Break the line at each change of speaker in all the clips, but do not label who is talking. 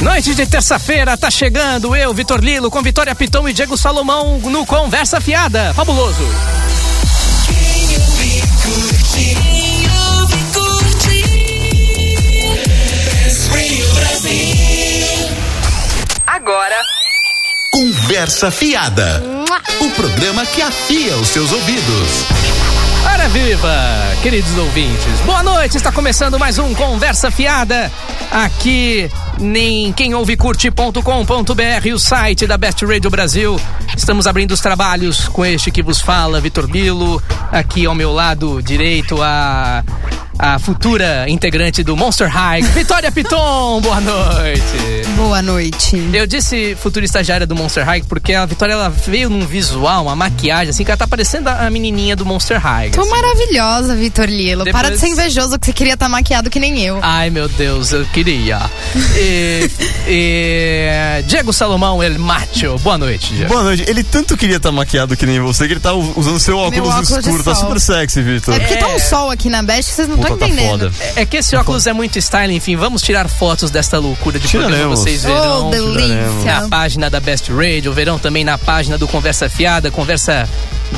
Noite de terça-feira tá chegando. Eu, Vitor Lilo, com Vitória Piton e Diego Salomão no Conversa Fiada. Fabuloso.
Quem ouve, curte. Quem ouve, curte. Dance Rio Brasil.
Agora,
Conversa Fiada. O programa que afia os seus ouvidos.
Para viva, queridos ouvintes. Boa noite, está começando mais um Conversa Fiada aqui em quemouvecurte.com.br, o site da Best Radio Brasil. Estamos abrindo os trabalhos com este que vos fala, Vitor Bilo, aqui ao meu lado direito a a futura integrante do Monster High, Vitória Piton. Boa noite.
Boa noite.
Eu disse futura estagiária do Monster High porque a Vitória ela veio num visual, uma maquiagem assim que ela tá parecendo a a menininha do Monster High.
Tô
assim.
maravilhosa, Vitor Lilo.
Depois-
Para de ser invejoso que você queria estar maquiado que nem
Ah,
eu.
Ai, meu Deus, eu queria. E, e- Diego Salomão, El Macho. Boa noite, Diego.
Boa noite. Ele tanto queria estar maquiado que nem você que ele tá u- usando seu óculos,
óculos de
escuro. Tá
sol.
super sexy, Vitor.
É porque tá um sol aqui na Best que vocês não estão
Puta, tá
entendendo.
foda.
É que esse óculos é muito style, enfim, vamos tirar fotos desta loucura de programa,
Tiraremos.
vocês
oh,
verão. na
delícia.
é página da Best Radio, verão também na página do Conversa Fiada, Conversa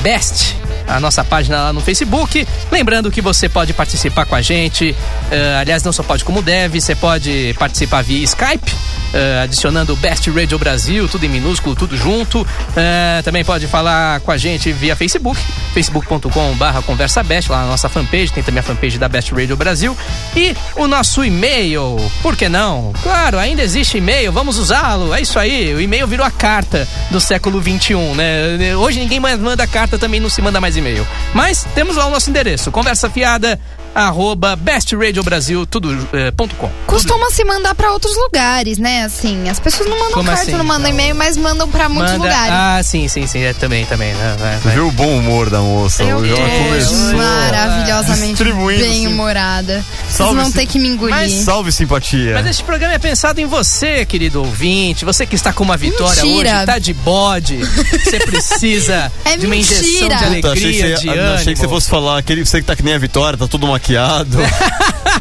Best, a nossa página lá no Facebook. Lembrando que você pode participar com a gente, eh, aliás, não só pode como deve, você pode participar via Skype. eh, adicionando Best Radio Brasil, tudo em minúsculo, tudo junto. Eh, também pode falar com a gente via Facebook, facebook.com/barra conversa best, lá na nossa fanpage, tem também a fanpage da Best Radio Brasil. E o nosso e-mail, por que não? Claro, ainda existe e-mail, vamos usá-lo, é isso aí. O e-mail virou a carta do século XXI, né? Hoje ninguém mais manda carta, também não se manda mais e-mail. Mas temos lá o nosso endereço, conversafiada, arroba bestradiobrasil, tudo, eh, ponto com.
Costuma se mandar pra outros lugares, né? Assim, as pessoas não mandam
Como
carta,
assim?
não mandam e-mail, mas mandam pra muitos
Manda-
lugares.
Ah, sim, sim, sim, é, também, também. né? Vai, vai.
Viu o bom humor da moça?
eu
Hoje ela
tô
começou.
maravilhosamente
distribuindo, assim.
bem-humorada. Vocês
Salve,
vão
sim.
ter que me engolir.
Salve simpatia.
Mas este programa é pensado em você, querido ouvinte. Você que está com uma vitória
Mentira.
hoje, tá de bode. Você precisa
É
de uma injeção de
mentira.
alegria,
Puta, Tá, achei, que
de
você, ah,
ânimo.
achei que você fosse falar, aquele você que tá que nem a Vitória, tá todo maquiado.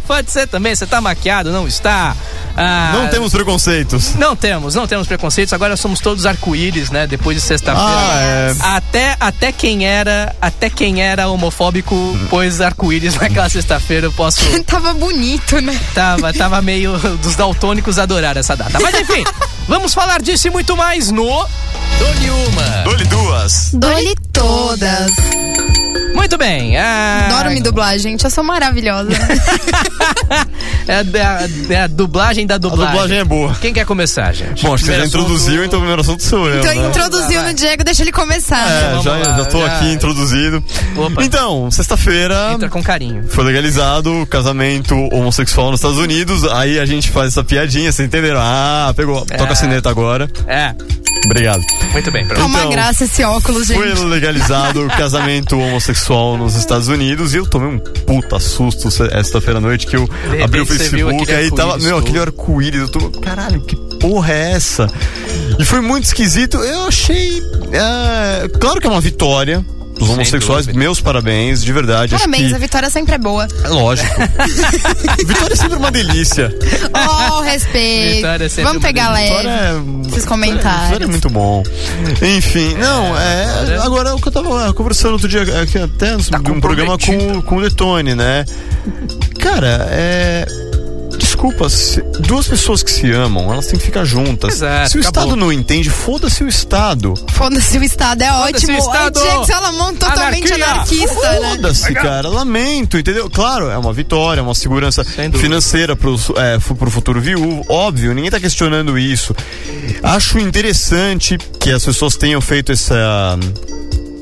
Pode ser também, você tá maquiado, não está? Ah,
Não temos preconceitos.
Não temos, não temos preconceitos. Agora somos todos arco-íris, né? Depois de sexta-feira.
Ah, é.
Até, até quem era, até quem era homofóbico
Hum.
pôs arco-íris naquela sexta-feira, eu posso
Tava bonito, né?
Tava, tava meio dos daltônicos adorar essa data. Mas enfim, vamos falar disso e muito mais no Dole Uma.
Dole duas.
Dole todas.
Muito bem. A...
Adoro me dublar, gente. Eu sou maravilhosa.
É, a, é a dublagem da
A
dublagem.
dublagem é boa.
Quem quer começar, gente?
Bom, acho que você já
Primeiro
introduziu, então o primeiro assunto sou eu.
Então
né?
introduziu no Diego, deixa ele começar.
É,
Vamos
já,
lá,
já tô
já.
aqui introduzido.
Opa.
Então, sexta-feira.
Entra com carinho.
Foi legalizado o casamento homossexual nos Estados Unidos. Aí a gente faz essa piadinha, vocês entenderam? Ah, pegou. Toca a sineta agora.
É,
Obrigado.
muito bem.
Tá
Pronto.
uma
Então,
graça esse óculos, gente.
Foi legalizado o casamento homossexual nos Estados Unidos e eu tomei um puta susto se- sexta-feira à noite que eu
repente
abri o
você viu
Facebook
aquele
aí tava,
arco-íris
meu,
todo.
aquele arco-íris, eu tô, caralho, que porra é essa? E foi muito esquisito, eu achei, é, claro que é uma vitória dos homossexuais,
dúvida.
meus parabéns, de verdade. acho
Parabéns,
que-
a vitória sempre é boa.
É lógico. Vitória é sempre uma delícia.
Oh, respeito.
Vitória é sempre
Vamos
uma
pegar leve.
Vitória é.
Esses
Vitória é
comentários.
muito bom. Enfim, não, é. Agora o que eu tava conversando outro dia, é, que até de um programa com, com o Letone, né? Cara, é. Desculpa, se- duas pessoas que se amam, elas têm que ficar juntas.
Exato,
se o
acabou.
Estado não entende, foda-se o Estado.
Foda-se o Estado, é
Foda-se o
ótimo.
Estado.
O Diego Salomão é um totalmente
Anarquia.
anarquista, né?
Foda-se, cara. Lamento, entendeu? Claro, é uma vitória, uma segurança
dúvida.
financeira pros, é, fu- pro futuro viúvo. Óbvio, ninguém tá questionando isso. Acho interessante que as pessoas tenham feito essa.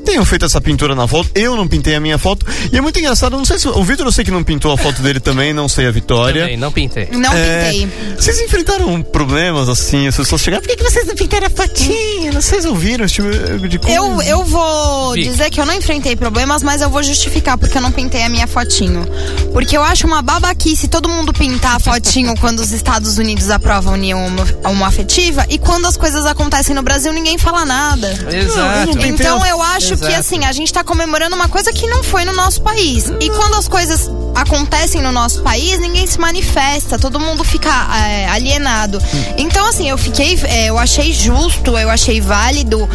Tenham feito essa pintura na foto, eu não pintei a minha foto. E é muito engraçado, não sei se. O Vitor eu sei que não pintou a foto dele também, não sei a Vitória.
Também, não pintei.
Não
É,
pintei.
vocês enfrentaram problemas assim, as pessoas chegaram. Por que, que vocês não pintaram a fotinha? Vocês ouviram esse tipo de coisa?
Eu, eu vou
Vic.
dizer que eu não enfrentei problemas, mas eu vou justificar porque eu não pintei a minha fotinho. Porque eu acho uma babaquice todo mundo pintar a fotinho quando os Estados Unidos aprovam a união homo- homoafetiva e quando as coisas acontecem no Brasil ninguém fala nada.
Exato.
Não, eu
Então eu acho
Exato.
que assim, a gente tá comemorando uma coisa que não foi no nosso país. E quando as coisas acontecem no nosso país, ninguém se manifesta, todo mundo fica é, alienado. Então, assim, eu fiquei, é, eu achei justo, eu achei válido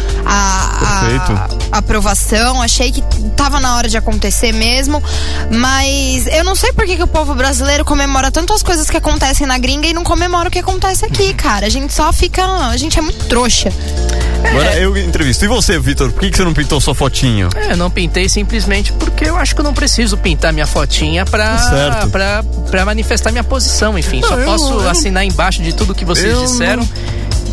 a,
Perfeito.
a aprovação, achei que tava na hora de acontecer mesmo, mas eu não sei por que, que o povo brasileiro comemora tanto as coisas que acontecem na gringa e não comemora o que acontece aqui, cara. A gente só fica, a gente é muito trouxa.
Agora eu entrevisto. E você, Vitor, por que, que você não pintou sua fotinho?
É, eu não pintei simplesmente porque eu acho que eu não preciso pintar minha fotinha pra,
Certo.
pra, pra manifestar minha posição, enfim. Só
eu-
posso
eu não-
assinar embaixo de tudo que vocês
Eu não-
disseram.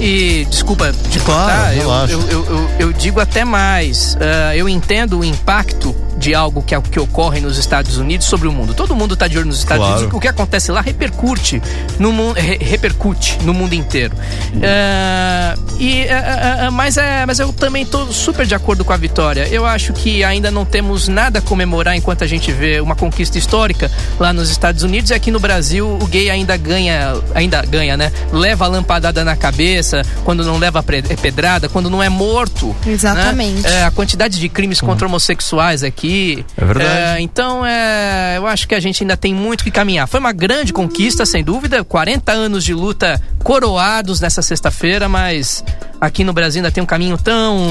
E desculpa de
Claro,
cortar, eu,
relaxa.
eu, eu, eu- eu digo até mais. Ah, eu entendo o impacto de algo que, é que ocorre nos Estados Unidos sobre o mundo. Todo mundo tá de olho nos Estados
Claro.
Unidos. O que acontece lá repercute no mundo, repercute no mundo inteiro. Ah, e, ah, ah, ah, mas, é, mas eu também tô super de acordo com a vitória. Eu acho que ainda não temos nada a comemorar enquanto a gente vê uma conquista histórica lá nos Estados Unidos e aqui no Brasil o gay ainda ganha, ainda ganha, né? Leva a lampadada na cabeça quando não leva pre- pedrada, quando não é morto. né?
Exatamente.
É, a quantidade de crimes contra homossexuais aqui.
É verdade.
É, então, é, eu acho que a gente ainda tem muito que caminhar. Foi uma grande conquista, sem dúvida. 40 anos de luta coroados nessa sexta-feira, mas aqui no Brasil ainda tem um caminho tão
É,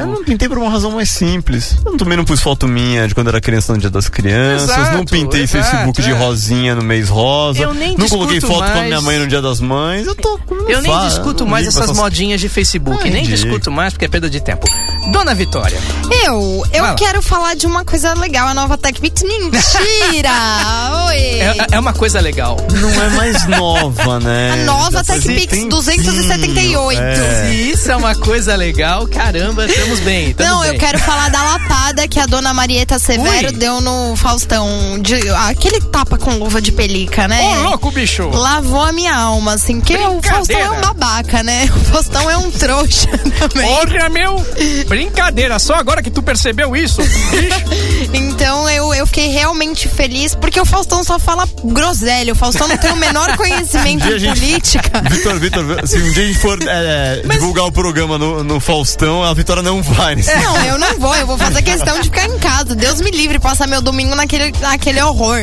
Eu
longo.
não pintei por uma razão mais simples. Eu também não pus foto minha de quando era criança no Dia das Crianças.
Exato,
não pintei
exato,
Facebook de
é.
rosinha no mês rosa.
Eu nem
não coloquei
discuto
foto com a
mais.
minha mãe no Dia das Mães. Eu tô. não
Eu nem
faço,
discuto
não
mais
ligo pra
essas, modinhas de Facebook.
Ah,
nem
entendi.
discuto mais porque é perda de tempo. Dona Vitória.
Eu,
Vai
eu
lá.
quero falar de uma coisa legal, a nova TechPix. Mentira! Oi!
É, é uma coisa legal.
Não é mais nova, né?
A nova
Já faz um
TechPix
tempinho.
278.
É.
Se isso é uma coisa legal, caramba, estamos bem. estamos
Não, eu
bem.
quero falar da lapada que a dona Marieta Severo
Ui.
deu no Faustão. De, aquele tapa com luva de pelica, né?
Ô, louco, bicho!
Lavou a minha alma, assim. Porque o
Brincadeira.
Faustão é um babaca, né? O Faustão é um trouxa também.
Olha, é meu! Brincadeira, só agora que tu percebeu isso, bicho.
Então eu, eu fiquei realmente feliz, porque o Faustão só fala groselha. O Faustão não tem o menor conhecimento
Um
dia a
em
gente-
política.
É. Vitor, Vitor, se um dia a gente for é, divulgar o programa no, no Faustão, a Vitória não vai nesse
É.
Não, eu não vou. Eu vou fazer questão de ficar em casa. Deus me livre passar meu domingo naquele, naquele horror.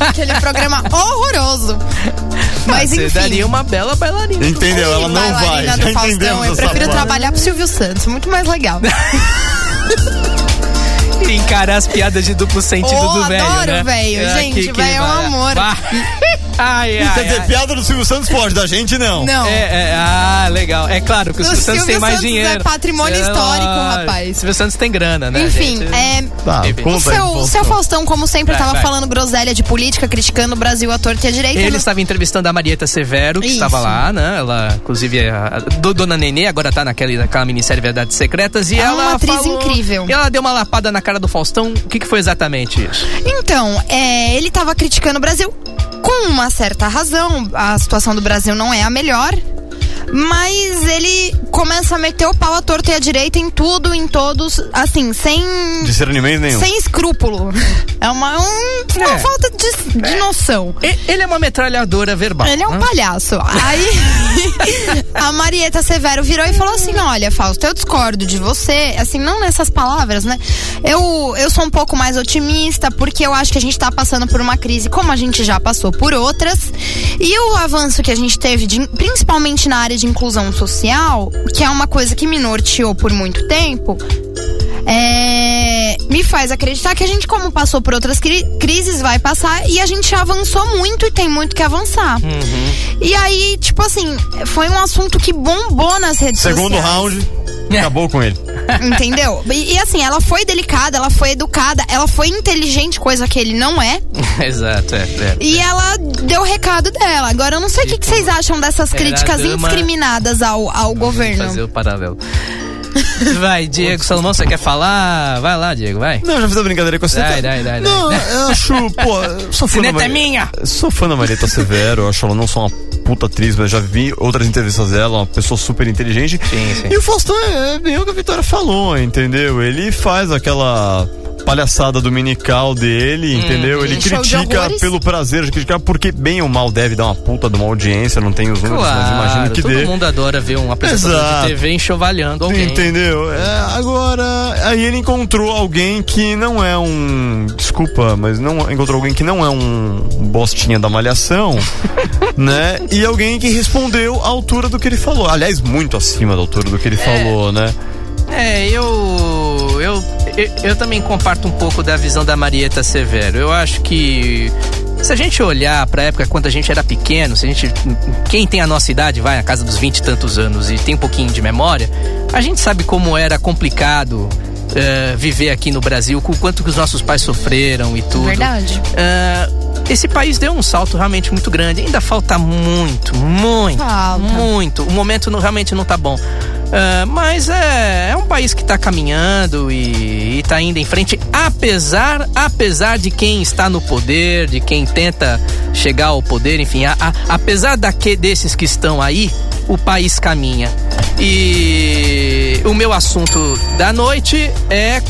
Aquele programa horroroso. Mas
Você
enfim.
daria um uma bela bailarina.
Entendeu? Ela não vai.
bailarina
Já
do Faustão.
entendemos
Eu
essa
prefiro
parte.
trabalhar pro Silvio Santos. Muito mais legal.
Encarar as piadas de duplo sentido
Oh,
do velho.
adoro
né?
velho.
Ah,
Gente,
que- que
velho é um
vai-
amor.
Vai. Ai, ai,
Quer dizer,
ai.
piada do Silvio Santos pode, da gente não.
Não.
É, é, ah, legal. É claro que o
O
Silvio Santos
Silvio
tem mais
Santos é
dinheiro.
patrimônio
Sei lá,
histórico, rapaz.
Silvio Santos tem grana, né?
Enfim,
gente?
é,
Tá,
Enfim.
o
conta aí,
seu, seu Faustão, como sempre,
Vai,
tava
vai.
falando groselha de política, criticando o Brasil à torta e à direita.
Ele
né?
estava entrevistando a Marieta Severo, que
Isso.
estava lá, né? Ela, inclusive, é a, do Dona Nenê, agora tá naquela, naquela minissérie Verdades Secretas. E
É
ela
uma atriz
falou-
incrível.
E ela deu uma lapada na cara do Faustão. O que, que foi exatamente isso?
Então, é, ele tava criticando o Brasil com uma certa razão. A situação do Brasil não é a melhor. Mas ele começa a meter o pau à torta e à direita em tudo, em todos, assim, sem.
Discernimento nenhum.
Sem escrúpulo. É uma, um- uma
É.
falta de, de noção.
E- Ele é uma metralhadora verbal.
Ele é um
né?
palhaço. Aí a Marieta Severo virou e falou assim: Olha, Fausto, eu discordo de você. Assim, não nessas palavras, né? Eu, eu sou um pouco mais otimista, porque eu acho que a gente tá passando por uma crise como a gente já passou por outras. E o avanço que a gente teve, de- principalmente na área de inclusão social, que é uma coisa que me norteou por muito tempo, é, me faz acreditar que a gente, como passou por outras cri- crises, vai passar e a gente avançou muito e tem muito que avançar.
Uhum.
E aí, tipo assim, foi um assunto que bombou nas redes
Segundo
sociais.
round, acabou com ele.
Entendeu? E, e assim, ela foi delicada, ela foi educada, ela foi inteligente, coisa que ele não é.
Exato, é. é. Tipo,
E ela deu o recado dela. Agora, eu não sei o que, que vocês acham dessas
era a
críticas
dama-
indiscriminadas ao, ao
Fazer
governo.
o paralelo. Vai, Diego Salomão, você quer falar? Vai lá, Diego, vai.
Não, já fiz a brincadeira com você.
Dai, dai, dai,
não, eu acho, pô, eu sou fã da
Cineta é
Maria-
minha!
Sou fã da Marieta Severo, eu acho ela não só uma puta atriz, mas já vi outras entrevistas dela, uma pessoa super inteligente.
Sim, sim.
é E o Faustão é bem o que a Vitória falou, entendeu? Ele faz aquela palhaçada dominical dele,
Hum,
entendeu? Ele
Show de
critica
horrores.
pelo prazer de criticar, porque bem ou mal deve dar uma puta de uma audiência, não tem os números, mas imagino
Claro,
que
todo
dê.
mundo adora ver um apresentador
Exato.
de TV enxovalhando alguém.
Entendeu? É, agora, aí ele encontrou alguém que não é um. Desculpa, mas não encontrou alguém que não é um bostinha da malhação, né? E alguém que respondeu à altura do que ele falou. Aliás, muito acima da altura do que ele falou, né?
É, eu, eu. eu- Eu também comparto um pouco da visão da Marieta Severo. Eu acho que. Se a gente olhar pra época quando a gente era pequeno, se a gente. Quem tem a nossa idade, vai, na casa dos 20 e tantos anos e tem um pouquinho de memória, a gente sabe como era complicado. eh, viver aqui no Brasil, com o quanto que os nossos pais sofreram e tudo.
Verdade.
Ah, esse país deu um salto realmente muito grande. Ainda falta muito, muito,
Falta.
muito. O momento não- realmente não tá bom. Ah, mas é, é um país que tá caminhando e, e tá indo em frente, apesar, apesar de quem está no poder, de quem tenta chegar ao poder, enfim, a- a- apesar daque, desses que estão aí, o país caminha. E o meu assunto da noite é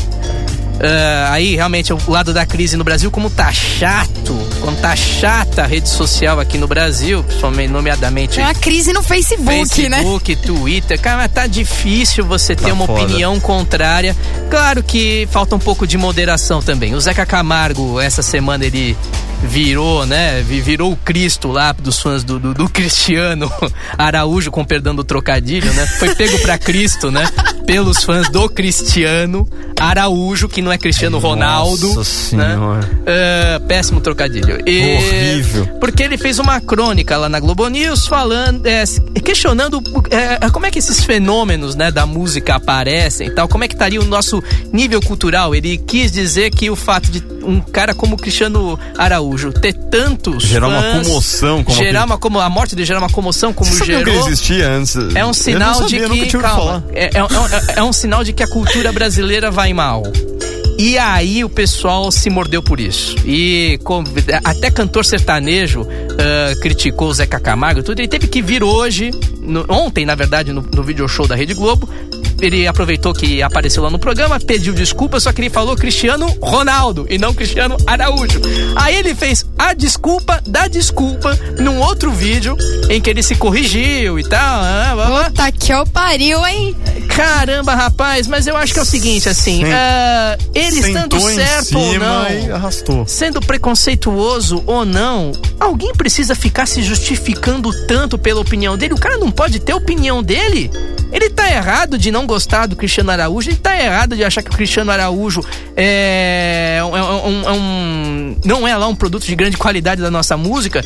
ah, aí realmente o lado da crise no Brasil, como tá chato, como tá chata a rede social aqui no Brasil, principalmente nomeadamente
Tem uma crise no Facebook, né?
Facebook, Twitter, cara, mas tá difícil você ter uma
Tá foda.
opinião contrária. Claro que falta um pouco de moderação também. O Zeca Camargo, essa semana, ele virou, né? vi- Virou o Cristo lá dos fãs do, do- do Cristiano Araújo, com perdão do trocadilho, né? Foi pego pra Cristo, né? Pelos fãs do Cristiano Araújo, que não é Cristiano Ronaldo.
Nossa senhora.
Né? Ah, péssimo trocadilho. E-
Horrível.
Porque ele fez uma crônica lá na Globo News falando, é, questionando é, como é que esses fenômenos né, da música aparecem e tal, como é que estaria o nosso nível cultural. Ele quis dizer que o fato de um cara como Cristiano Araújo ter tantos.
Gerar uma
fãs,
comoção, como
gerar
aquele-
uma como A morte de gerar uma comoção como
Você sabia que
gerou.
ele existia antes?
É um sinal
eu não sabia,
de que.
nunca tinha ouvido
calma,
falar.
é, é- é- é um sinal de que a cultura brasileira vai mal. E aí o pessoal se mordeu por isso. E com- até cantor sertanejo ah, criticou o Zeca Camargo e tudo. Ele teve que vir hoje, no- ontem, na verdade, no, no video show da Rede Globo. Ele aproveitou que apareceu lá no programa, pediu desculpa, só que ele falou Cristiano Ronaldo e não Cristiano Araújo. Aí ele fez a desculpa da desculpa num outro vídeo em que ele se corrigiu e tal. ah, blá, blá, blá.
Puta que eu pariu, hein?
Caramba, rapaz, mas eu acho que é o seguinte, assim,
Sim.
ah, ele estando
Sentou em
certo ou
cima
não,
e arrastou.
sendo preconceituoso ou não, alguém precisa ficar se justificando tanto pela opinião dele. O cara não pode ter opinião dele. Ele tá errado de não gostar do Cristiano Araújo, ele tá errado de achar que o Cristiano Araújo é, um- é um- é um- não é lá um produto de grande qualidade da nossa música.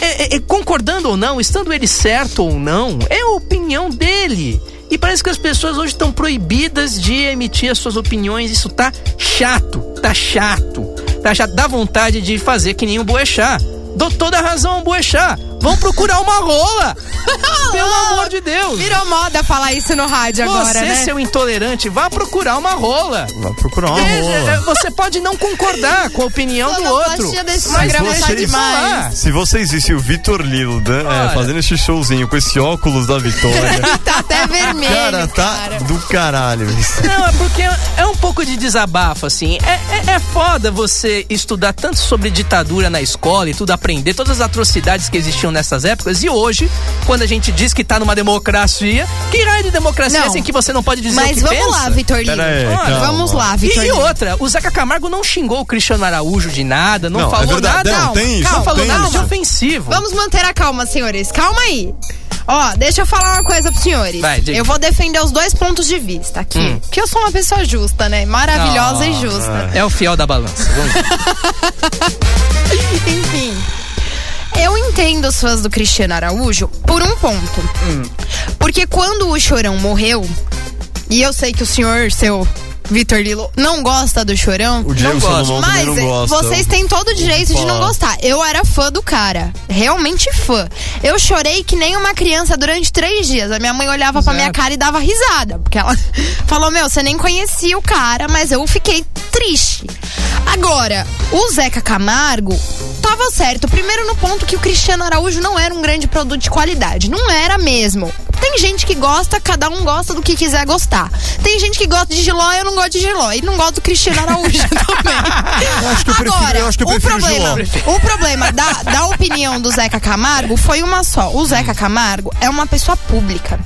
É, é, é, concordando ou não, estando ele certo ou não, é a opinião dele. E parece que as pessoas hoje estão proibidas de emitir as suas opiniões. Isso tá chato, tá chato. Tá chato, dá vontade de fazer que nem o Boechat. Dou toda a razão ao Boechat. Vão procurar uma rola. Pelo amor de Deus.
Virou moda falar isso no rádio agora,
Você, um
né?
seu intolerante, vá procurar uma rola.
Vai procurar uma
É, é, é,
rola.
Você pode não concordar com a opinião do
Sonoplastia
outro.
desse
Mas
programa
deixa
tá
ele
demais.
falar.
Se você visse o Vitor Lilo dan- é,
Olha.
fazendo esse showzinho com esse óculos da Vitória.
Tá até vermelho.
Cara, tá do caralho isso.
Não, é porque é um pouco de desabafo, assim. É, é, é foda você estudar tanto sobre ditadura na escola e tudo, aprender todas as atrocidades que existiam nessas épocas. E hoje, quando a gente diz que tá numa democracia, que raio de democracia
Não.
é assim que você não pode dizer o
Mas
que
vamos
pensa?
lá, Vitor Lima.
Pera aí, calma.
Vamos lá,
E,
Vitor
e
Lima.
outra, o Zeca Camargo não xingou o Cristiano Araújo de nada, não,
Não, é
falou
verdade,
nada.
não, tem isso,
não falou
tem
nada de
isso.
ofensivo.
Vamos manter a calma, senhores. Calma aí. Ó, deixa eu falar uma coisa pros senhores.
Vai, diga.
eu vou defender os dois pontos de vista aqui.
Hum.
Que eu sou uma pessoa justa, né? Maravilhosa e justa.
É o fiel da balança. Vamos lá.
Enfim. Eu entendo os fãs do Cristiano Araújo por um ponto.
Hum.
Porque quando o Chorão morreu, e eu sei que o senhor, seu Vitor Lilo, não gosta do Chorão.
O Diego
Não gosto.
Salomão também
Mas é,
não gosta.
vocês têm todo o direito de não
falar.
gostar. tá, Eu era fã do cara. Realmente fã. Eu chorei que nem uma criança durante três dias. A minha mãe olhava pra minha cara e dava risada. Porque ela falou: Meu, você nem conhecia o cara, mas eu fiquei triste. Agora, o Zeca Camargo tava certo. Primeiro, no ponto que o Cristiano Araújo não era um grande produto de qualidade. Não era mesmo. Tem gente que gosta, cada um gosta do que quiser gostar. Tem gente que gosta de Giló, eu não gosto de Giló. E não gosto do Cristiano Araújo também.
Eu acho que eu prefiro,
Agora,
eu acho que eu
o
prefiro
problema,
Giló.
o problema da, da opinião do Zeca Camargo foi uma só. O Zeca Camargo é uma pessoa pública.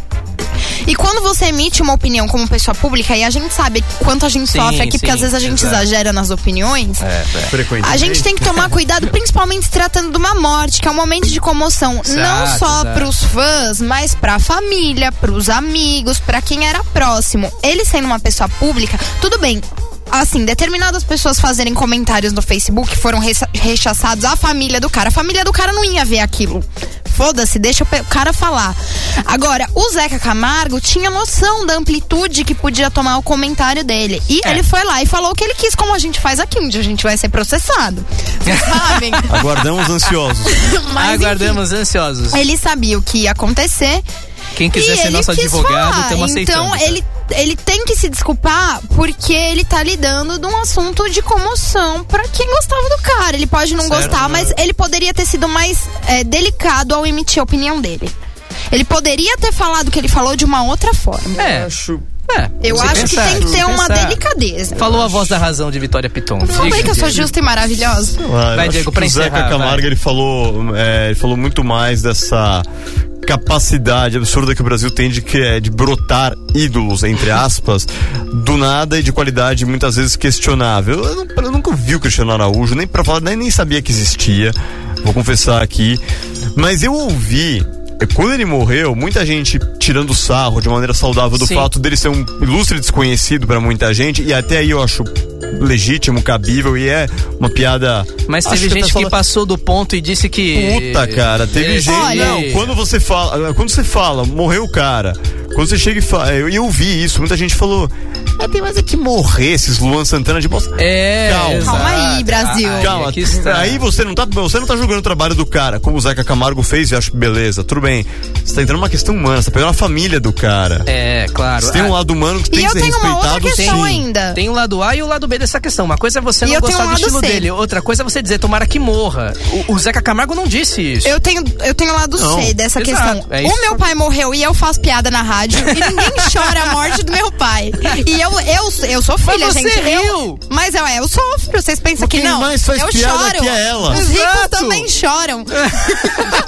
E quando você emite uma opinião como pessoa pública, e a gente sabe quanto a gente
Sim,
sofre aqui, porque
sim,
às vezes a gente
exato.
exagera nas opiniões,
É, Frequente.
a gente tem que tomar cuidado, principalmente se tratando de uma morte, que é um momento de comoção, não só
exato.
pros fãs, mas pra família, pros amigos, pra quem era próximo. Ele sendo uma pessoa pública, tudo bem. Assim, determinadas pessoas fazerem comentários no Facebook foram recha- rechaçados à família do cara. A família do cara não ia ver aquilo. Foda-se, deixa o pe- o cara falar. Agora, o Zeca Camargo tinha noção da amplitude que podia tomar o comentário dele. E ele foi lá e falou o que ele quis, como a gente faz aqui. Um dia a gente vai ser processado. Vocês sabem.
Aguardamos ansiosos.
Mas, enfim,
Aguardamos ansiosos.
ele sabia o que ia acontecer.
Quem
e
quiser ser
ele
nosso
quis
advogado,
falar.
estamos aceitando.
Então,
cara.
ele, ele tem que se desculpar porque ele tá lidando de um assunto de comoção pra quem gostava do cara. Ele pode não
Certo.
gostar, mas ele poderia ter sido mais é, delicado ao emitir a opinião dele. Ele poderia ter falado o que ele falou de uma outra forma.
É,
Acho.
é.
Eu
se
acho
pensar,
que tem que
se
ter uma
pensar.
delicadeza.
Falou a voz da razão de Vitória Piton.
Falei é que eu sou justa e maravilhosa.
Ah,
Vai,
eu
Diego,
acho
pra
que o Zeca
encerrar,
Camargo
vai.
ele falou, é, ele falou muito mais dessa capacidade absurda que o Brasil tem de que é de brotar ídolos entre aspas do nada e de qualidade muitas vezes questionável. Eu, nu- eu nunca vi o Cristiano Araújo nem para falar nem, nem sabia que existia. Vou confessar aqui, mas eu ouvi é, quando ele morreu, muita gente tirando sarro de maneira saudável do
Sim.
fato dele ser um ilustre desconhecido pra muita gente, e até aí eu acho legítimo, cabível, e é uma piada.
Mas
Acho
teve
que
gente
até
que
fala-
passou do ponto e disse que.
Puta, cara, teve
Ele-
gente.
Olha-
Não, quando você fala. ah, Quando você fala, morreu o cara. Quando você chega e fala. Eu, eu vi isso, muita gente falou. Ah, tem mais é que morrer esses Luan Santana de bosta.
É.
Calma.
exato.
Calma aí, Brasil.
Ah,
Calma,
aqui está.
aí você não, tá, você não tá julgando o trabalho do cara, como o Zeca Camargo fez, eu acho que beleza, tudo bem. Você tá entrando numa questão humana, você tá pegando a família do cara.
É, claro.
Você tem um lado humano que
E
tem que
eu
ser
tenho uma outra
respeitado,
questão
sim.
ainda.
Tem o lado A e o lado B dessa questão. Uma coisa é você
E
não
eu tenho
gostar
um
do
lado
estilo
C.
dele, outra coisa é você dizer tomara que morra. O, o Zeca Camargo não disse isso.
Eu tenho, eu tenho lá do
Não,
C dessa
exato,
questão.
é isso.
o meu pai morreu e eu faço piada na rádio e ninguém chora a morte do meu pai. E eu, eu, eu sou filha,
Mas você
gente.
riu.
Eu, mas eu, é, eu sofro. Vocês pensam
Quem
que não?
mais faz
eu
piada
choro.
aqui é ela.
Os ricos
Exato.
também choram.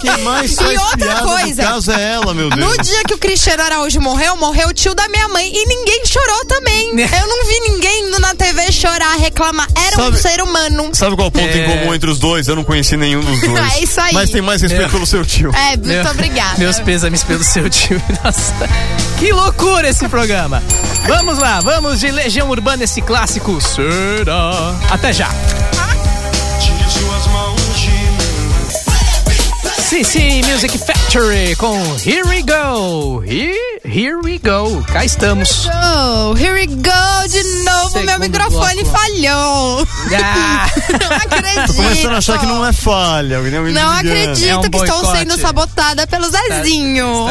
Quem mais
E
faz
outra
piada do
coisa.
caso é ela, meu Deus.
No dia que o Cristiano Araújo morreu, morreu o tio da minha mãe e ninguém chorou também. Eu não vi ninguém indo na TV chorar, reclamar. Era um
Sabe-
ser humano.
Sabe qual o ponto
É.
em comum entre os dois? Eu não conheci nenhum dos dois.
É isso aí.
Mas tem mais respeito
É.
pelo seu tio.
É, muito
Meu-
obrigada.
Meus pêsames pelo seu time. Nossa, que loucura esse programa. Vamos lá, vamos de Legião Urbana, esse clássico. Será? Até já. CC Music Factory com Here We Go. Here, here We Go. Cá estamos.
Oh, here we go de novo.
Segundo
meu microfone
bloco.
falhou.
Ah,
Não acredito. Tô
Começando a achar que não é falha. alguém me
Não
ligando.
acredito
É um
que estou
boicote. Tá-
sendo sabotada pelo Zezinho.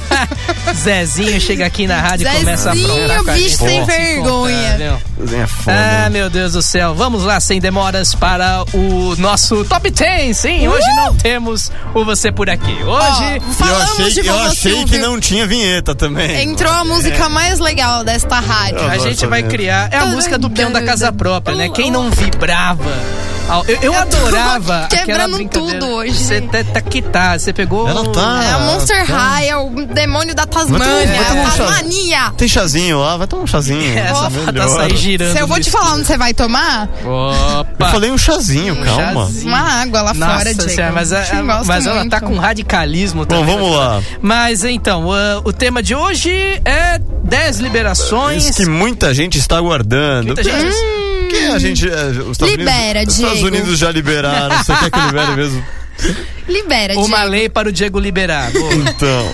Zezinho chega aqui na rádio e começa a aprontar
Zezinho,
com a
bicho
gente.
sem
Se contar,
vergonha.
meu.
É foda.
Ah, meu Deus do céu. Vamos lá, sem demoras, para o nosso Top 10. Sim, hoje não
Uh!
temos o Você Por Aqui. Hoje...
Ó,
eu
falamos
achei,
de
eu
vovô
achei
Silvio.
que não é. tinha vinheta também.
Entrou a música mais legal desta rádio.
A
Oh! adoro
gente
essa
vai
vinheta.
criar. É a música do peão da casa própria,
Uh!
né? Quem não vibrava. Ao- Eu, eu adorava.
quebrando
aquela brincadeira.
tudo hoje,
Você
gente.
tá, tá que tá. Você pegou.
Ela tá.
É a Monster
Ah, tá.
High, é o demônio da
Vai
Tasmânia,
tomar- vai tomar um
a
chá.
Tasmania.
Tem chazinho lá, vai tomar um chazinho.
É,
Essa
Melhora.
tá sair girando.
Se eu vou te
nisso.
falar onde você vai tomar,
Opa.
Eu falei um chazinho, calma.
chazinho.
uma água lá fora,
Nossa
Diego.
senhora, mas, a-
Eu gosto
mas ela
muito.
tá com radicalismo
Bom,
também.
vamos lá.
Mas então, ah, o tema de hoje é 10 liberações.
Isso que muita gente está aguardando.
Muita gente-
Que a gente. é, os Estados
Libera,
Unidos, Os Estados
Diego.
Unidos já liberaram. Você quer que libere mesmo?
Libera,
Uma
Hum, Diego.
lei para o Diego liberar. Boa.
Então.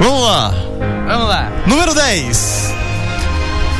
Vamos lá.
Vamos lá.
Número 10.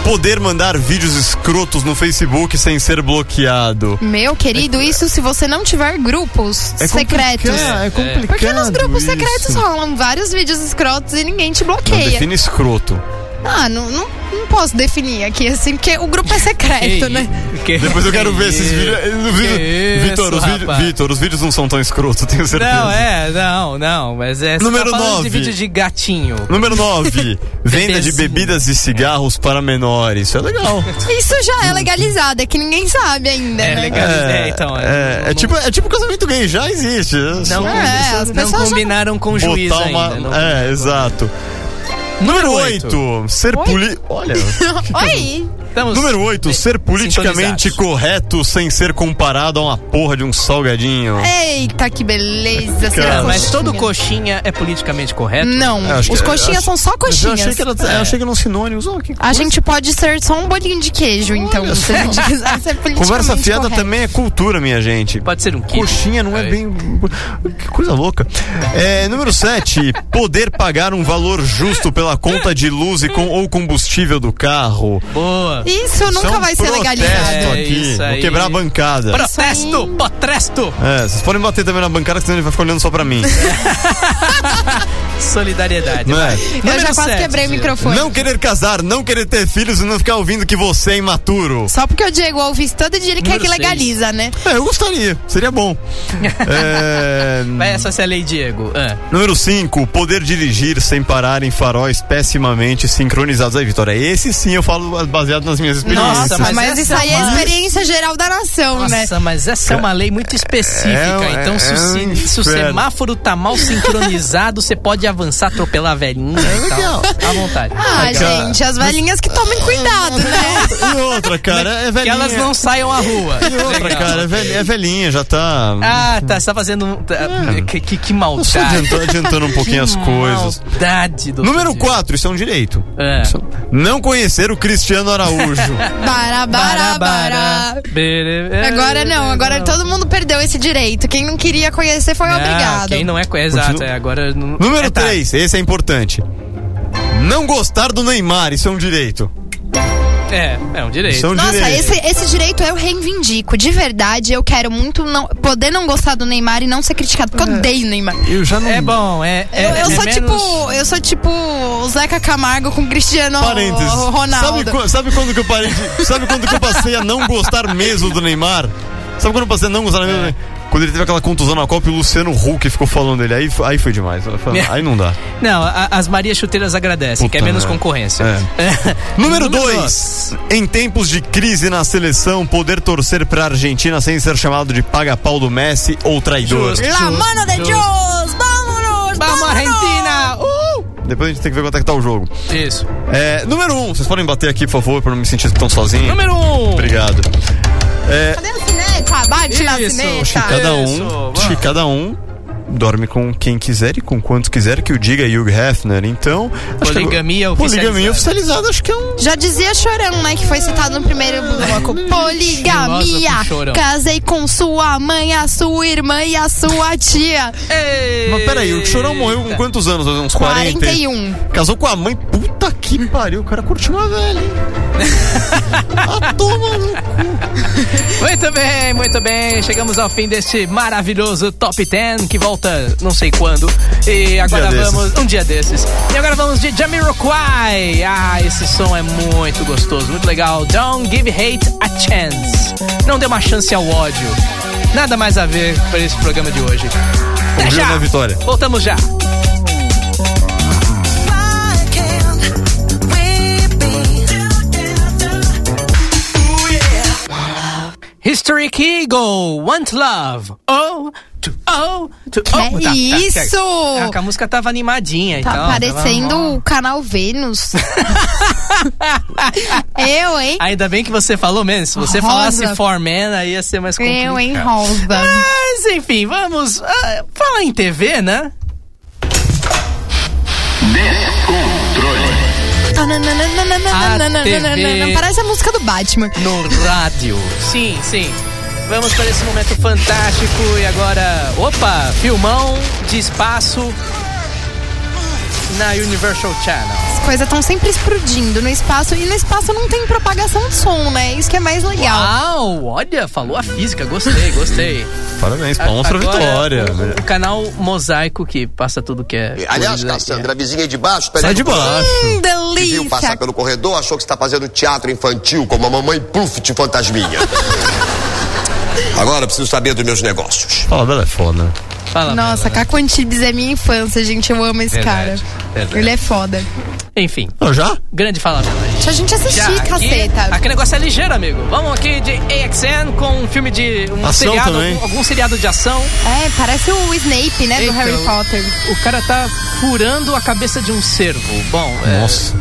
Poder mandar vídeos escrotos no Facebook sem ser bloqueado.
Meu querido, isso se você não tiver
É
grupos secretos.
É complicado, É complicado.
Porque nos grupos
isso.
secretos rolam vários vídeos escrotos e ninguém te
Não
bloqueia.
define escroto.
Ah, não, não, não posso definir aqui assim, porque o grupo é
Que
secreto, né?
isso, que-
Depois eu quero ver esses
que-
vídeos. Os vídeos-
que isso,
Vitor, os vídeos
Opa.
Vitor, os vídeos não são tão escrotos, tenho certeza.
Não, é, não, não. Mas é. você
Número
tá falando
nove.
de vídeo de gatinho.
Número 9. Venda de
Bebezinho.
bebidas e cigarros para menores. Isso é legal.
Isso já é legalizado, é que ninguém sabe ainda,
É
né?
legal. É, então.
é,
não-
é tipo, é tipo casamento gay, já existe.
Não,
É, as
não
pessoas já-
combinaram com o
Botar
juiz
uma-
ainda. não.
é, exato.
Número
Número
oito.
8. Ser poli... Olha.
Oi!
Estamos
Número 8. Ser politicamente
sintonizados.
correto sem ser comparado a uma porra de um salgadinho.
É, Eita, que beleza.
Cara,
será
Mas todo
coxinha?
coxinha é politicamente correto?
Não,
Eu acho que-
os coxinhas
acho-
são só
Mas eu
coxinhas. é.
achei que era, eu achei que eram sinônimos. Oh, que
A gente pode ser só um bolinho de queijo, então. Se a gente quiser ser
Conversa
politicamente
fiada
correto.
também é cultura, minha gente.
Pode ser um quilo.
Coxinha não é bem. Que coisa louca. É, número 7. Poder pagar um valor justo pela conta de luz e com, ou combustível do carro.
Boa.
Isso nunca
Isso é um
vai ser
protesto
legalizado.
É,
Aqui.
isso
Vou
aí.
quebrar a bancada.
Protesto! Potresto!
É, vocês podem bater também na bancada, que senão ele vai ficar olhando só pra mim.
Solidariedade.
Não é?
Eu já
Número
quase
sete,
quebrei o
Diego.
microfone.
Não querer casar, não querer ter filhos e não ficar ouvindo que você é imaturo.
Só porque o Diego ouve isso todo dia, ele quer
Número
que legaliza, né?
É, eu gostaria. Seria bom. É,
Vai essa ser a lei, Diego. Ah,
Número 5, poder dirigir sem parar em faróis pessimamente sincronizados. Aí, Vitória, esse sim eu falo baseado nas minhas experiências.
Nossa,
Mas,
Mas essa
isso aí é
é
a
uma-
experiência geral da nação, né?
Nossa, mas essa é uma lei muito específica.
É,
então, se,
é
o
um
si- se o
inferno.
semáforo tá mal sincronizado, você pode avançar, atropelar a velhinha
É
e tal. À vontade.
Ah,
cara.
gente, as velhinhas que tomem cuidado, né?
E outra, cara, é velhinha.
que elas não saiam à rua.
E outra,
Legal.
cara, é velhinha, é velhinha, já tá.
Ah, tá. Você tá fazendo. um- tá- que, que, que
É. eu
maldade.
só adiantando, adiantando um pouquinho as coisas.
Maldade do
Número
Diego.
4, isso é um direito.
É.
Isso- Não conhecer o Cristiano Araújo.
Bará, bará, bará. Agora não, agora todo mundo perdeu esse direito. Quem não queria conhecer foi
Ah,
obrigado.
Quem não é co- exato,
Continua.
é, agora não- é
Número
tarde.
3, esse é importante. Não gostar do Neymar, isso é um direito.
É, é um direito.
Isso é um
Nossa,
direito.
esse, esse direito eu reivindico. De verdade, eu quero muito não, poder não gostar do Neymar e não ser criticado, porque eu odeio o Neymar.
Eu já não.
É bom, é. é
Eu, eu
é
sou
menos-
tipo. Eu sou tipo o Zeca Camargo com o Cristiano
Parênteses. Sabe,
Ronaldo.
qu- sabe quando que eu parei de- Sabe quando que eu passei a não gostar mesmo do Neymar? Sabe quando eu passei a não gostar mesmo do Neymar? Quando ele teve aquela contusão na Copa e o Luciano Huck ficou falando dele. Aí, f- aí foi demais. Eu falei, Aí não dá.
Não, a- as Maria Chuteiras agradecem,
Puta
que é menos
merda.
concorrência.
É. Número 2. Em tempos de crise na seleção, poder torcer pra Argentina sem ser chamado de paga-pau do Messi ou traidor.
Justo.
La mano de Deus! Vámonos!
Vamos, Argentina! Uh!
Depois a gente tem que ver quanto é que tá o jogo.
Isso.
É, número 1. Um, vocês podem bater aqui, por favor, pra eu não me sentir tão sozinho.
Número 1. Um.
Obrigado. É,
Cadê a cineta? Bate na
Isso,
Acho que
cineta.
cada
Isso,
um,
Ah, é, vamos.
acho que cada um dorme com quem quiser e com quantos quiser que o diga Hugh Hefner. Então, acho que-
Poligamia é
Poligamia
oficializada.
oficializada, acho que é um
Já dizia Chorão, né? Que foi citado no primeiro bloco. Poligamia.
Hum, Filósofo Chorão.
Casei com sua mãe, a sua irmã e a sua tia.
Mas peraí, o Chorão morreu com
Eita.
quantos anos? Uns 40?
41.
Casou com a mãe, puta que pariu, o cara curtiu uma velha, hein? ah, toma no cu.
Muito bem, muito bem. Chegamos ao fim deste maravilhoso Top 10 que volta não sei quando. E agora
dia
vamos. Um dia desses. E agora vamos de Jamiroquai. Ah, esse som é muito gostoso, muito legal. Don't give hate a chance. Não dê uma chance ao ódio. Nada mais a ver para esse programa de hoje. Até
Ouviu,
já.
né, Vitória?
Voltamos já.
Why can't we be together? Ooh, yeah.
Historic Eagle, Want Love. Oh, to, oh, to, oh. Tá, tá,
isso?
tá. Ah, a música tava animadinha,
Tá
então.
parecendo o canal Vênus. eu, hein?
Ainda bem que você falou menos. Se você
Rosa.
falasse For Man, aí ia ser mais É complicado.
Eu, hein, Rosa?
Mas, enfim, vamos... ah, fala em TV, né? Ah, TV.
Parece a música do Batman.
No rádio. Sim, sim. Vamos para esse momento fantástico. E agora, opa, filmão de espaço na Universal Channel.
As coisas estão sempre explodindo no espaço. E no espaço não tem propagação de som, né? Isso que é mais legal.
Uau, olha, falou a física. Gostei, gostei.
Parabéns, palmas pra
Agora,
Vitória. né?
O, o canal Mosaico que passa tudo que é.
Aliás,
coisa-
Cassandra, a vizinha de baixo,
Sai de
peraí,
baixo.
Hum,
viu
delícia.
passar pelo corredor, achou que você tá fazendo teatro infantil como a mamãe Pluft fantasminha. Agora eu preciso saber dos meus negócios.
Fala dela é foda. né?
Fala,
Nossa,
Bela.
Caco Antibes é minha infância, gente. Eu amo esse
Verdade,
cara.
verdade.
Ele é foda.
Enfim,
Ah, já?
grande fala, Bela.
Deixa a gente assistir,
Já, aqui,
caceta.
aqui o negócio é ligeiro, amigo. Vamos aqui de AXN com um filme de. Um
Ação
seriado,
também.
algum, algum seriado de ação.
É, parece o Snape, né?
Eita,
do Harry
o-
Potter.
O cara tá furando a cabeça de um cervo. Bom, é,
Nossa.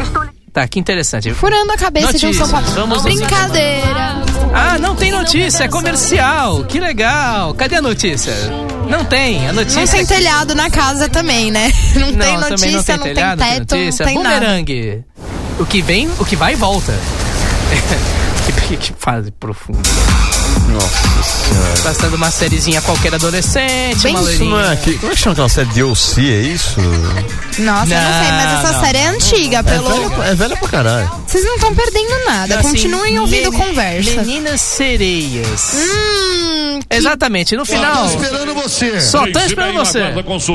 tá, que interessante.
Furando a cabeça de um
Notícias.
São Paulo.
Vamos nos-
Brincadeira.
Ah, não tem notícia, é comercial. Que legal. Cadê a notícia? Não tem, a notícia.
Não tem
é-
telhado na casa também, né? Não, tem
também
notícia, não tem,
telhado, não tem
teto,
notícia. É
não tem nada.
Bumerangue. O que vem, o que vai e volta. que, que- que fase profunda.
Nossa senhora.
Passando uma sériezinha qualquer adolescente,
Bem
uma
Isso não
loirinha.
é aqui. Como é que chama aquela série DLC? É isso?
Nossa, eu não sei, mas essa
Não,
série é antiga,
É
pelo.
velha, pra- é velha pra caralho.
Vocês não estão perdendo nada.
Assim,
Continuem ouvindo
meni-
conversa.
Meninas sereias.
Hum,
Exatamente, no final.
esperando você.
Só tô esperando você.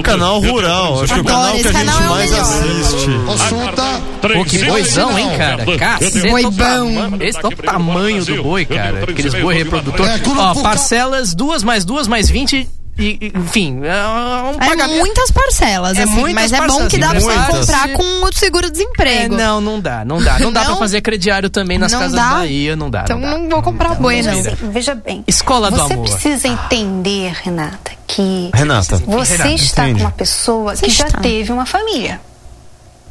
Canal Rural. Acho que é
Adoro,
o canal que a
esse
gente
canal é o
mais
melhor.
assiste.
Consulta.
Pô, que boizão, hein, cara? Caceta.
Boi
olha o
bom.
tama- Esse olha o tamanho do boi, cara. Aqueles boi reprodutor.
É, quando-
Ó, parcelas, duas mais duas mais vinte. E, e- enfim, é um
É
pagamento.
muitas parcelas,
É
assim,
muitas
mas é bom
parcelas,
que dá pra você
muitas.
comprar com o
É,
seguro-desemprego.
não, não dá, não dá. Não dá pra
Não?
fazer crediário também nas
Não
casas
dá?
da Bahia, não dá.
Então
não dá.
não vou comprar boi, não.
vira.
Veja bem.
Escola do
você
amor.
precisa entender, Renata, que
Renata.
você
Renata,
está
entende.
com uma pessoa que
Você
já
está.
teve uma família.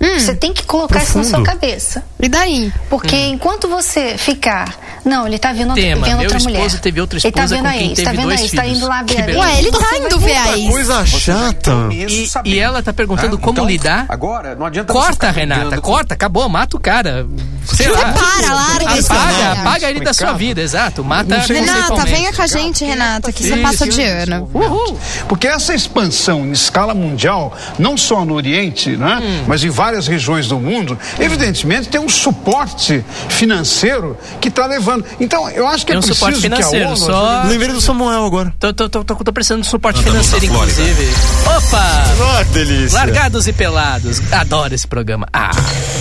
Hum.
você tem que colocar isso na
profundo.
sua cabeça.
Hum, E daí?
Porque enquanto você ficar. Não, ele tá vendo, outra-
Hum. Tema,
vendo
meu
outra mulher.
esposo teve outra
Ele
esposa
tá vendo
com
aí,
quem
tá
teve
vendo
dois
aí, tá
filhos.
indo lá
Que
ver. aí.
beleza.
Ué, ele tá indo ver a ex.
Coisa chata.
E, e ela tá
Ah,
perguntando como
então
lidar.
Então, Agora, não
tá
adianta você
Corta,
ficar
Renata,
brigando com-
corta, acabou, mata o cara. Sei lá.
Para, larga
é
isso.
Apaga,
cara.
apaga ele da sua vida, exato. Mata
Renata,
conceitualmente.
venha com a gente, Renata, que você
Isso,
passa
isso.
de ano.
Uhul.
Porque essa expansão em escala mundial, não só no Oriente, né, mas em várias regiões do mundo, evidentemente tem um suporte financeiro que está levando. Então, eu acho que
Tem
é
um
preciso
suporte
que a
financeiro,
ONU
só.
Lembrei do Samuel agora.
Tô, tô, tô, tô, tô precisando de suporte financeiro,
então.
inclusive. Opa!
Ah, que delícia.
Largados e pelados. Adoro esse programa. Ah,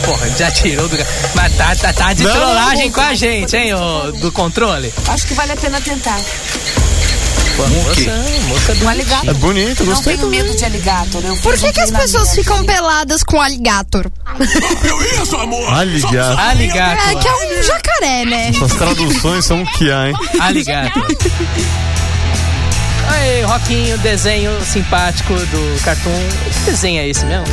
porra, já tirou do. Mas tá, tá, tá de
Não,
trollagem com a gente, hein, ô, do controle.
Acho que vale a pena tentar.
Um
Pô, moça, moça
Um
do.
aligator.
É bonito,
Não
gostei
tenho
também.
medo de aligator. Eu
Por que, que as pessoas ficam peladas com alligator?
Aligato.
É que
Aligato.
é um jacaré, né?
Essas traduções são o que há, hein?
Aligato. Aí, Roquinho, desenho simpático do Cartoon. Que desenho é esse mesmo?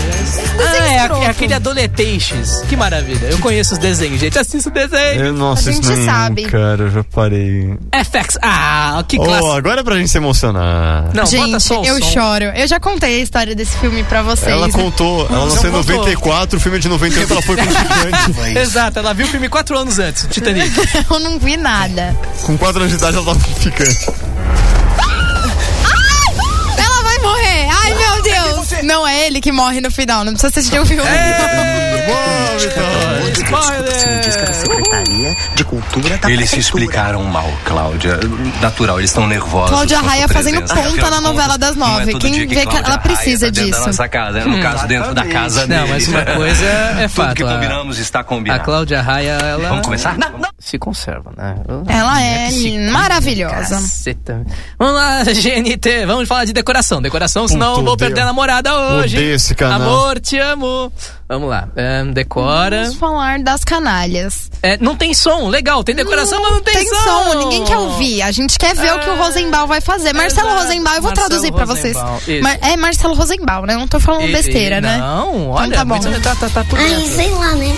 Ah, é,
escroto.
é aquele Adoletations. Que maravilha. Eu conheço os desenhos, gente. Assista o desenho.
Eu, nossa,
A
isso
gente
não
sabe.
Cara, eu já parei.
FX. Ah, que clássico.
Oh, agora é pra gente se emocionar.
Não, bota
Gente,
só o
eu
som.
choro. Eu já contei a história desse filme pra vocês.
Ela contou, ela nasceu em
não contou.
94, o filme é de 98, ela foi com gigante.
Exato, ela viu o filme quatro anos antes, Titanic.
Eu não vi nada.
com 4 anos de idade ela tava com gigante.
Ela vai morrer. Ai, meu Deus. Não é ele que morre no final. Não precisa assistir o filme.
É.
É.
Boa, Vitória!
Eles se explicaram mal, Cláudia. Natural, eles estão nervosos.
Cláudia
com a
Raia
sua
fazendo
presença.
ponta
Afinal
na
de
novela das
contas, não é
nove.
todo
Quem
dia
vê que
Cláudia
ela
Raia
precisa
tá dentro
disso.
Da nossa casa, no caso, dentro da casa
Não, mas
deles.
uma coisa é
Tudo
fato.
que
a-
combinamos está
A
combinado.
Cláudia Raia, ela
Vamos começar? Não, não.
se conserva, né?
Ela é maravilhosa.
Caceta. Vamos lá, GNT, vamos falar de decoração. Decoração, senão eu vou
odeio.
perder a namorada hoje.
Odeio esse canal.
Amor, te amo. Vamos lá, é, decora.
Vamos falar das canalhas. Hum,
É, não tem som, legal, tem decoração, mas não tem,
Tem som, ninguém quer ouvir. A gente quer ver o que o
É,
Rosenbaum vai fazer. Marcelo
exato.
Rosenbaum, eu vou
Marcelo
traduzir pra vocês.
Rosenbaum, isso.
Mar- é Marcelo Rosenbaum, né? Eu Não tô falando
E-
besteira,
e-
né?
Não, olha,
tá bom.
muito- tá, tá, tá por dentro.
lá, né?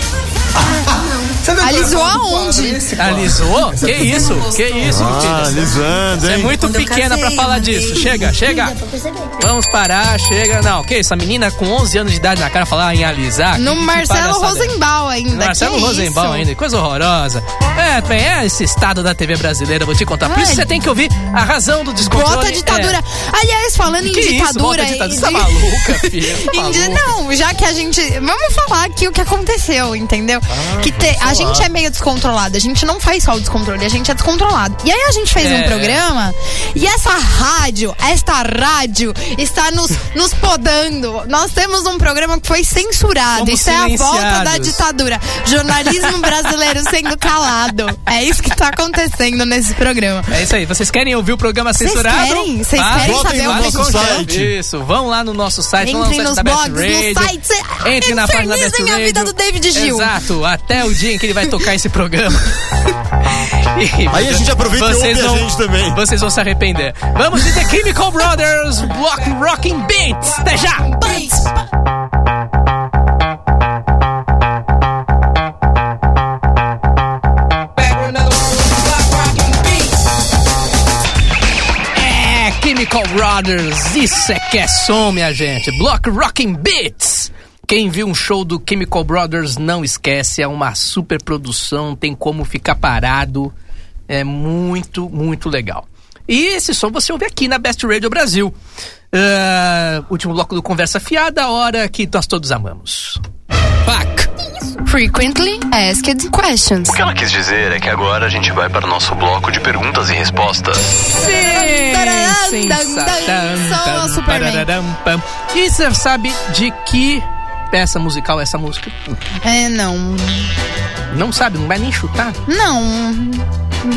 Alisou aonde?
Alisou? Que isso? Que isso,
Ah,
filha?
lisando,
Você é
hein?
muito pequena pra falar disso. Chega, chega. Vamos parar, chega. Não, que isso? A menina com 11 anos de idade na cara falar em alisar.
No
Que- que
Marcelo
palhaçada.
Rosenbaum ainda.
Marcelo
que
Rosenbaum
isso?
ainda, que coisa horrorosa. É, bem, é esse estado da TV brasileira, vou te contar. Por
Ai.
isso você tem que ouvir a razão do descontrole.
Bota a ditadura.
É.
Aliás, falando em
Que isso? Bota
ditadura.
a ditadura. Você tá
em-
maluca, filha? Tá
em-
maluca.
Não, já que a gente. Vamos falar aqui o que aconteceu, entendeu?
Ah,
que te- a gente é meio descontrolado, a gente não faz só o descontrole, a gente é descontrolado. E aí a gente fez
É.
um programa e essa rádio, esta rádio está nos, nos podando. Nós temos um programa que foi censurado.
Fomos
Isso é a volta da
silenciados.
ditadura. Jornalismo brasileiro sendo calado. É isso que está acontecendo nesse programa.
É isso aí. Vocês querem ouvir o programa Tá?
Vocês
censurado?
querem? Vocês querem Votem saber no o que nosso aconteceu? site.
Isso. Vão lá no nosso site. vão lá
Entrem
no
nos
site da Best
blogs, nos
Radio.
sites. É
Entre na página da Best
Infernizem a
Radio.
vida do David Gil.
Exato. Até o dia em que ele vai tocar esse programa.
Aí a gente aproveita e ouve a gente
também. Vocês vão se arrepender. Vamos de The Chemical Brothers, Block Rocking Beats. Até já. É, Chemical Brothers, isso é que é som, minha gente. Block Rockin' Beats. Quem viu um show do Chemical Brothers não esquece, é uma super produção, não tem como ficar parado. É muito, muito legal. E esse som você ouve aqui na Best Radio Brasil. Ah, último bloco do Conversa Fiada, a hora que nós todos amamos.
Frequently Asked Questions.
O que ela quis dizer é que agora a gente vai para o nosso bloco de perguntas e respostas.
Sim,
Sou Superman.
E você sabe de que peça musical é essa música?
É, não.
Não sabe, não vai nem chutar.
Não.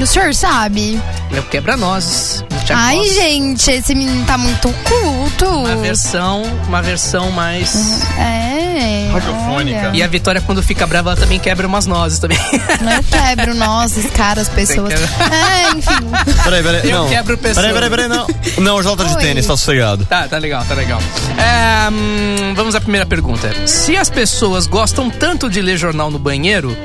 O senhor sabe?
É o quebra-nozes. do Tchaikovsky.
Ai, gente, esse menino tá muito culto.
Uma versão, uma versão mais.
É. olha.
E a Vitória, quando fica brava, ela também quebra umas nozes também.
Eu quebro nós, os caras, pessoas. É, enfim.
Peraí, peraí,
Eu
não.
quebro pessoa.
Peraí, peraí, peraí, não. Não, Jota de
Oi.
tênis, tá sossegado.
Tá, tá legal, tá legal. É, hum, vamos à primeira pergunta. Se as pessoas gostam tanto de ler jornal no banheiro,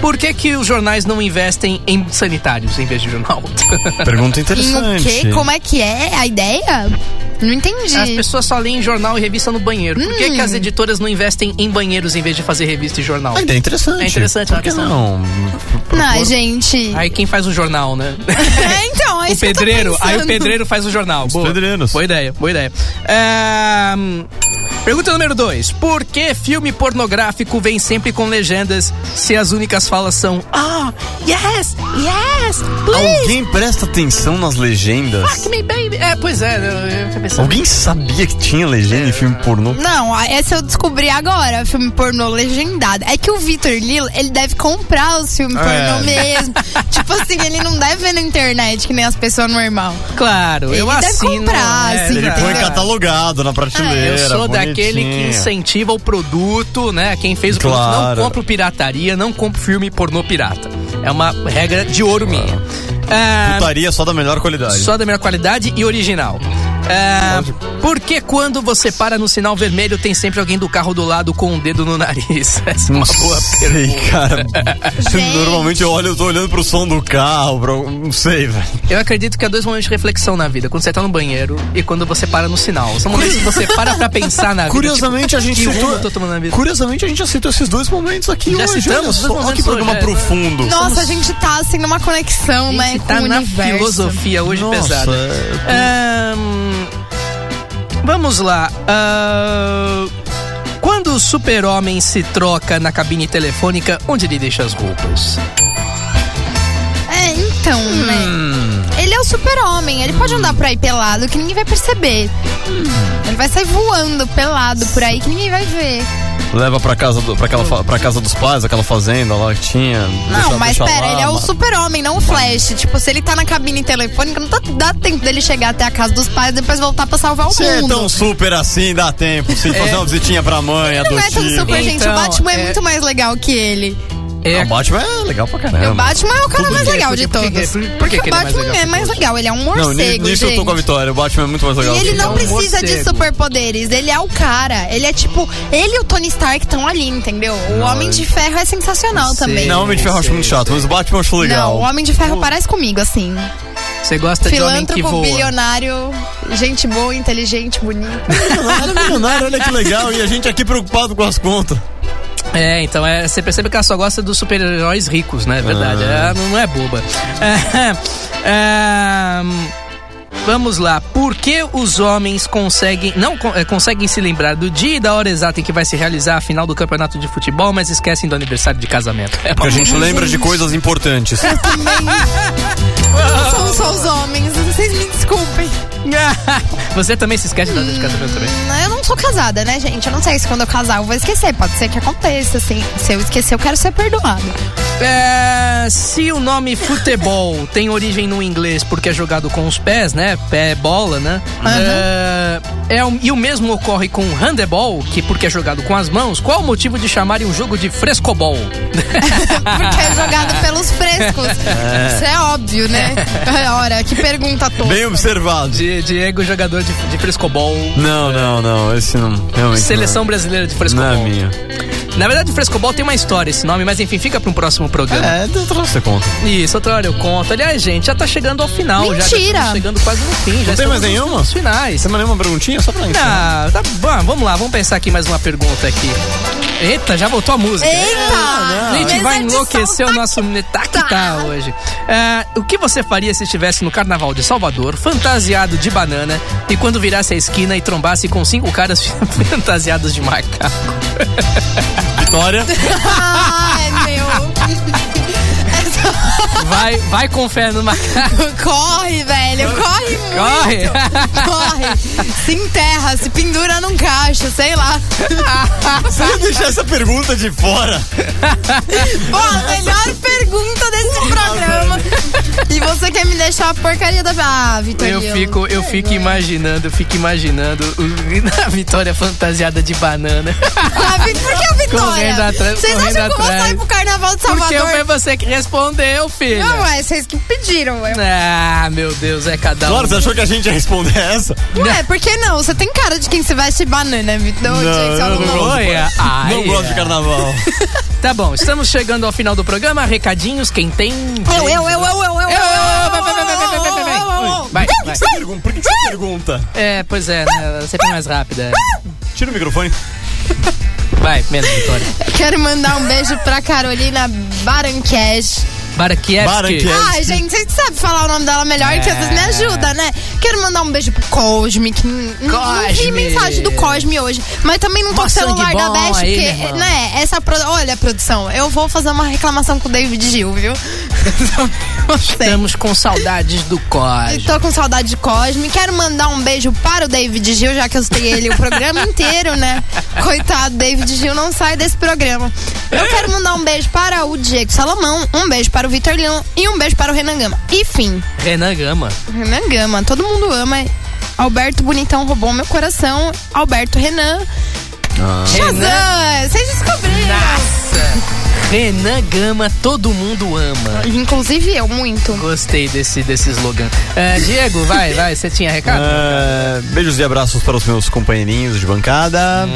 por que que os jornais não investem em sanitários em vez de jornal?
Pergunta
Em o quê? Como é que é a ideia? Não entendi.
As pessoas só leem jornal e revista no banheiro. Por que,
Hum.
que as editoras não investem em banheiros em vez de fazer revista e jornal?
Ainda é interessante.
É interessante, é uma
Por que
questão.
não?
Não, gente.
Aí quem faz o jornal, né?
É, então, é
o
isso que eu tô
pedreiro, aí o
pensando.
pedreiro faz o jornal. Boa.
pedreiros.
Boa ideia, boa ideia. É, hum, Pergunta número 2. Por que filme pornográfico vem sempre com legendas se as únicas falas são Ah, yes, yes, please,
Alguém presta atenção nas legendas?
fuck me, baby. É, pois é, eu, eu tô pensando.
Alguém sabia que tinha legenda em filme pornô?
Não, a- essa eu descobri agora, filme pornô legendado. É que o Vitor Lilo, ele deve comprar os filmes
É.
pornô mesmo. tipo assim, ele não deve ver na internet, que nem as pessoas normal.
Claro, eu
Ele deve
assino.
comprar,
é,
assim,
Ele
exato.
põe catalogado
Ah,
na
Eu
prateleira.
sou
bonitinho.
daquele que incentiva o produto, né? Quem fez o produto
Claro.
não compra pirataria, não compra filme pornô pirata. É uma regra de ouro minha. Ah,
Putaria só da melhor qualidade.
só da melhor qualidade e original. Ah, por que quando você para no sinal vermelho tem sempre alguém do carro do lado com um dedo no nariz? Essa é uma boa
sei,
pergunta.
cara. Normalmente eu olho, eu tô olhando pro som do carro, pro... não sei, velho.
Eu acredito que há dois momentos de reflexão na vida. Quando você tá no banheiro e quando você para no sinal. São momentos que você para pra pensar na vida. tipo,
Curiosamente, a gente
que rumo
citou-
eu tô tomando na vida.
Curiosamente, a gente já citou esses dois momentos aqui
Já
hoje.
citamos,
olha
dois
só, Olha que
momentos
programa
hoje, é.
profundo.
Nossa, a gente tá assim numa conexão, né?
tá
com o
na
universo.
filosofia hoje
Nossa, é
pesada. Ahn, vamos lá. Ahn, quando o super-homem se troca na cabine telefônica, onde ele deixa as roupas?
É, então,
Hum.
né? Ele é o super-homem, ele pode andar por aí pelado que ninguém vai perceber.
Hum.
Ele vai sair voando pelado por aí que ninguém vai ver.
Leva pra casa, do, pra, aquela, fa- pra casa dos pais, aquela fazenda lá que tinha.
Não, mas pera, ele é o
ma-
super-homem, não o Flash. Tipo, se ele tá na cabine telefônica, não tá- dá tempo dele chegar até a casa dos pais e depois voltar pra salvar o
Você é
mundo. É.
tão super assim, dá tempo. Sim, fazer uma visitinha pra mãe,
Ele não é tão
adotiva.
super, gente. O
Então,
Batman é...
é-
muito mais legal que ele.
É,
O Batman é legal pra caramba.
o Batman é o cara
Tudo
mais
bem,
legal
por
de
que- por que-
todos.
por que
Porque
que
o
ele é mais
Batman
legal
é mais legal, ele é um
Não, ni-
morcego,
nisso eu tô com a
gente.
vitória. O Batman é muito mais
E
legal.
ele
que
não
eu.
precisa de
um morcego.
superpoderes, ele é o cara. Ele é tipo, ele e o Tony Stark estão ali, entendeu? O Homem de Ferro é sensacional também.
Não, o Homem de Ferro eu acho muito chato, mas o Batman eu acho legal.
Não, o Homem de Ferro parece comigo, assim.
Você gosta Tá de homem que
Filântropo,
voa.
bilionário, gente boa, inteligente, bonita.
Ele é milionário, olha que legal. E a gente aqui preocupado com as contas.
É, então é, você percebe que ela só gosta dos super-heróis ricos, né? É verdade.
Ah.
Ela não, não é boba. É, é, hum, Vamos lá. Por que os homens conseguem não con- eh, conseguem se lembrar do dia e da hora exata em que vai se realizar a final do campeonato de futebol, mas esquecem do aniversário de casamento? É
Porque a gente lembra de coisas importantes.
Não são só os homens, vocês me desculpem.
Você também se esquece da data de casamento também?
Hum, Eu não sou casada, né, gente? Eu não sei se quando eu casar eu vou esquecer. Pode ser que aconteça, assim. Se eu esquecer, eu quero ser perdoada.
É, se o nome futebol tem origem no inglês porque é jogado com os pés, né? Pé é bola, né? É, é o- e o mesmo ocorre com handebol, que porque é jogado com as mãos, qual o motivo de chamarem um jogo de frescobol?
Porque é jogado pelos frescos.
É.
Isso é óbvio, né? Ora, que pergunta toda.
observado.
Diego, jogador de, de frescobol.
Não, não, não. Esse não. Realmente
Seleção
não.
brasileira de
Não é
frescobol.
minha.
Na verdade, frescobol tem uma história esse nome, mas enfim, fica para um próximo programa.
É, outra hora você conta.
Isso, outra hora eu conto. Aliás, gente, já tá chegando ao final. já- Já
Mentira!
estamos chegando quase no fim. Já
Não tem mais
estamos nos
nenhuma?
Finais.
Tem mais nenhuma perguntinha? Só pra encerrar.
Ah, tá bom, vamos lá, vamos pensar aqui mais uma pergunta aqui. Eita, já voltou a música.
Eita!
A gente
Mas
vai
é de
enlouquecer o nosso tá que tá hoje. Ah, o que você faria se estivesse no Carnaval de Salvador, fantasiado de banana, e quando virasse a esquina e trombasse com cinco caras fantasiados de macaco?
Vitória.
Ai, meu.
Vai, vai com fé no macaco.
Corre, velho. Corre muito.
Corre.
Corre. Se enterra, se pendura num cacho, sei lá.
Você ia deixar essa pergunta de fora?
Pô, a melhor pergunta desse programa. E você quer me deixar a porcaria da. Ah,
Eu
Vitorino.
fico, eu
é?
fico imaginando, eu fico imaginando o- a Vitória fantasiada de banana.
Ah, Vi- por que a
Correndo
Vitória?
atrás,
Vocês
correndo
acham que eu vou
atrás.
sair pro carnaval de
Porque
Salvador?
foi você que respondeu, filho.
Não, é vocês que pediram. Eu...
Ah, meu Deus, é cada um.
Claro, você achou que a gente ia responder essa?
Ué, por que não? Você tem cara de quem se veste banana, Vitor. gente,
eu
olha o nome.
Olha, ai,
não gosto de carnaval.
Tá bom, estamos chegando ao final do programa. Recadinhos, quem tem.
Eu, eu, eu, eu, eu, eu,
Eu, eu,
eu, eu,
eu, vai, vai, vai, vai, vai, vai, vai, vai. Vai, vai.
Você pergunta- Por que você pergunta?
É, pois é, né, ela é sempre mais rápida.
Tira o microfone.
Vai, menos Vitória.
Quero mandar um beijo pra Carolina Baranquesh.
Barankiewski.
Barankiewski.
Ai, gente, vocês sabem falar o nome dela melhor que vocês me ajudam, né? Quero mandar um beijo pro Cosme, que n- n- não
Cosme.
vi mensagem do Cosme hoje. Mas também não tô
Mó
com o celular
sangue
da
bom
Beth,
aí,
porque,
meu irmão.
né, essa pro... Olha, produção, eu vou fazer uma reclamação com o David Gil, viu?
Estamos com saudades do
Eu
Cosme.
tô com saudade de Cosme. Quero mandar um beijo para o David Gil, já que eu citei ele o programa inteiro, né? Coitado, David Gil não sai desse programa. Eu quero mandar um beijo para o Diego Salomão, um beijo para o Vitor Leão e um beijo para o Renan Gama. Enfim,
Renan Gama.
o Renan Gama, todo mundo ama. Alberto Bonitão roubou meu coração. Alberto Renan.
Ah. Renan,
Shazam! Vocês descobriram!
Renan Gama, todo mundo ama.
Inclusive eu, muito.
Gostei desse, desse slogan. É, Diego, vai, vai, você tinha recado?
Ah, beijos e abraços para os meus companheirinhos de bancada.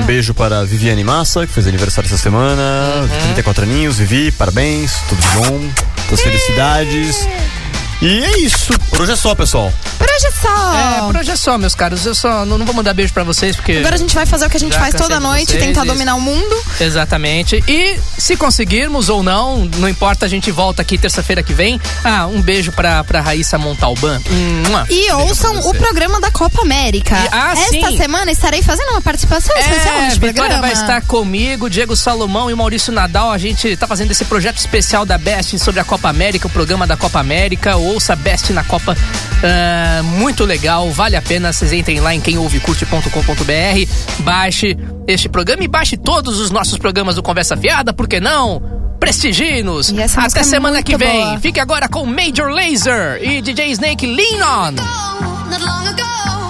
Um beijo para a Viviane Massa, que fez aniversário essa semana. 34 aninhos, Vivi, parabéns, tudo de bom, das felicidades. E é isso. Por hoje é só, pessoal.
Por hoje é só.
É, por hoje é só, meus caros. Eu só não, não vou mandar beijo pra vocês, porque.
Agora a gente vai fazer o que a gente
Já
faz
cansei
toda
de
noite,
vocês,
tentar
isso.
dominar o mundo.
Exatamente. E se conseguirmos ou não, não importa, a gente volta aqui terça-feira que vem. Ah, um beijo pra, pra Raíssa Montalban. Mua.
E ouçam o programa da Copa América.
E- ah,
Esta
sim.
semana estarei fazendo uma participação especial
É,
neste
Vitória
programa.
vai estar comigo, Diego Salomão e Maurício Nadal. A gente tá fazendo esse projeto especial da Best sobre a Copa América, o programa da Copa América. Ouça Best na Copa. Ah, muito legal, vale a pena. Vocês entrem lá em quemouvecurte.com.br, baixe este programa e baixe todos os nossos programas do Conversa Fiada, por que não? Prestiginos!
E essa música
Até
é
semana que
muito
vem.
boa.
Fique agora com Major Laser e DJ Snake Lean On.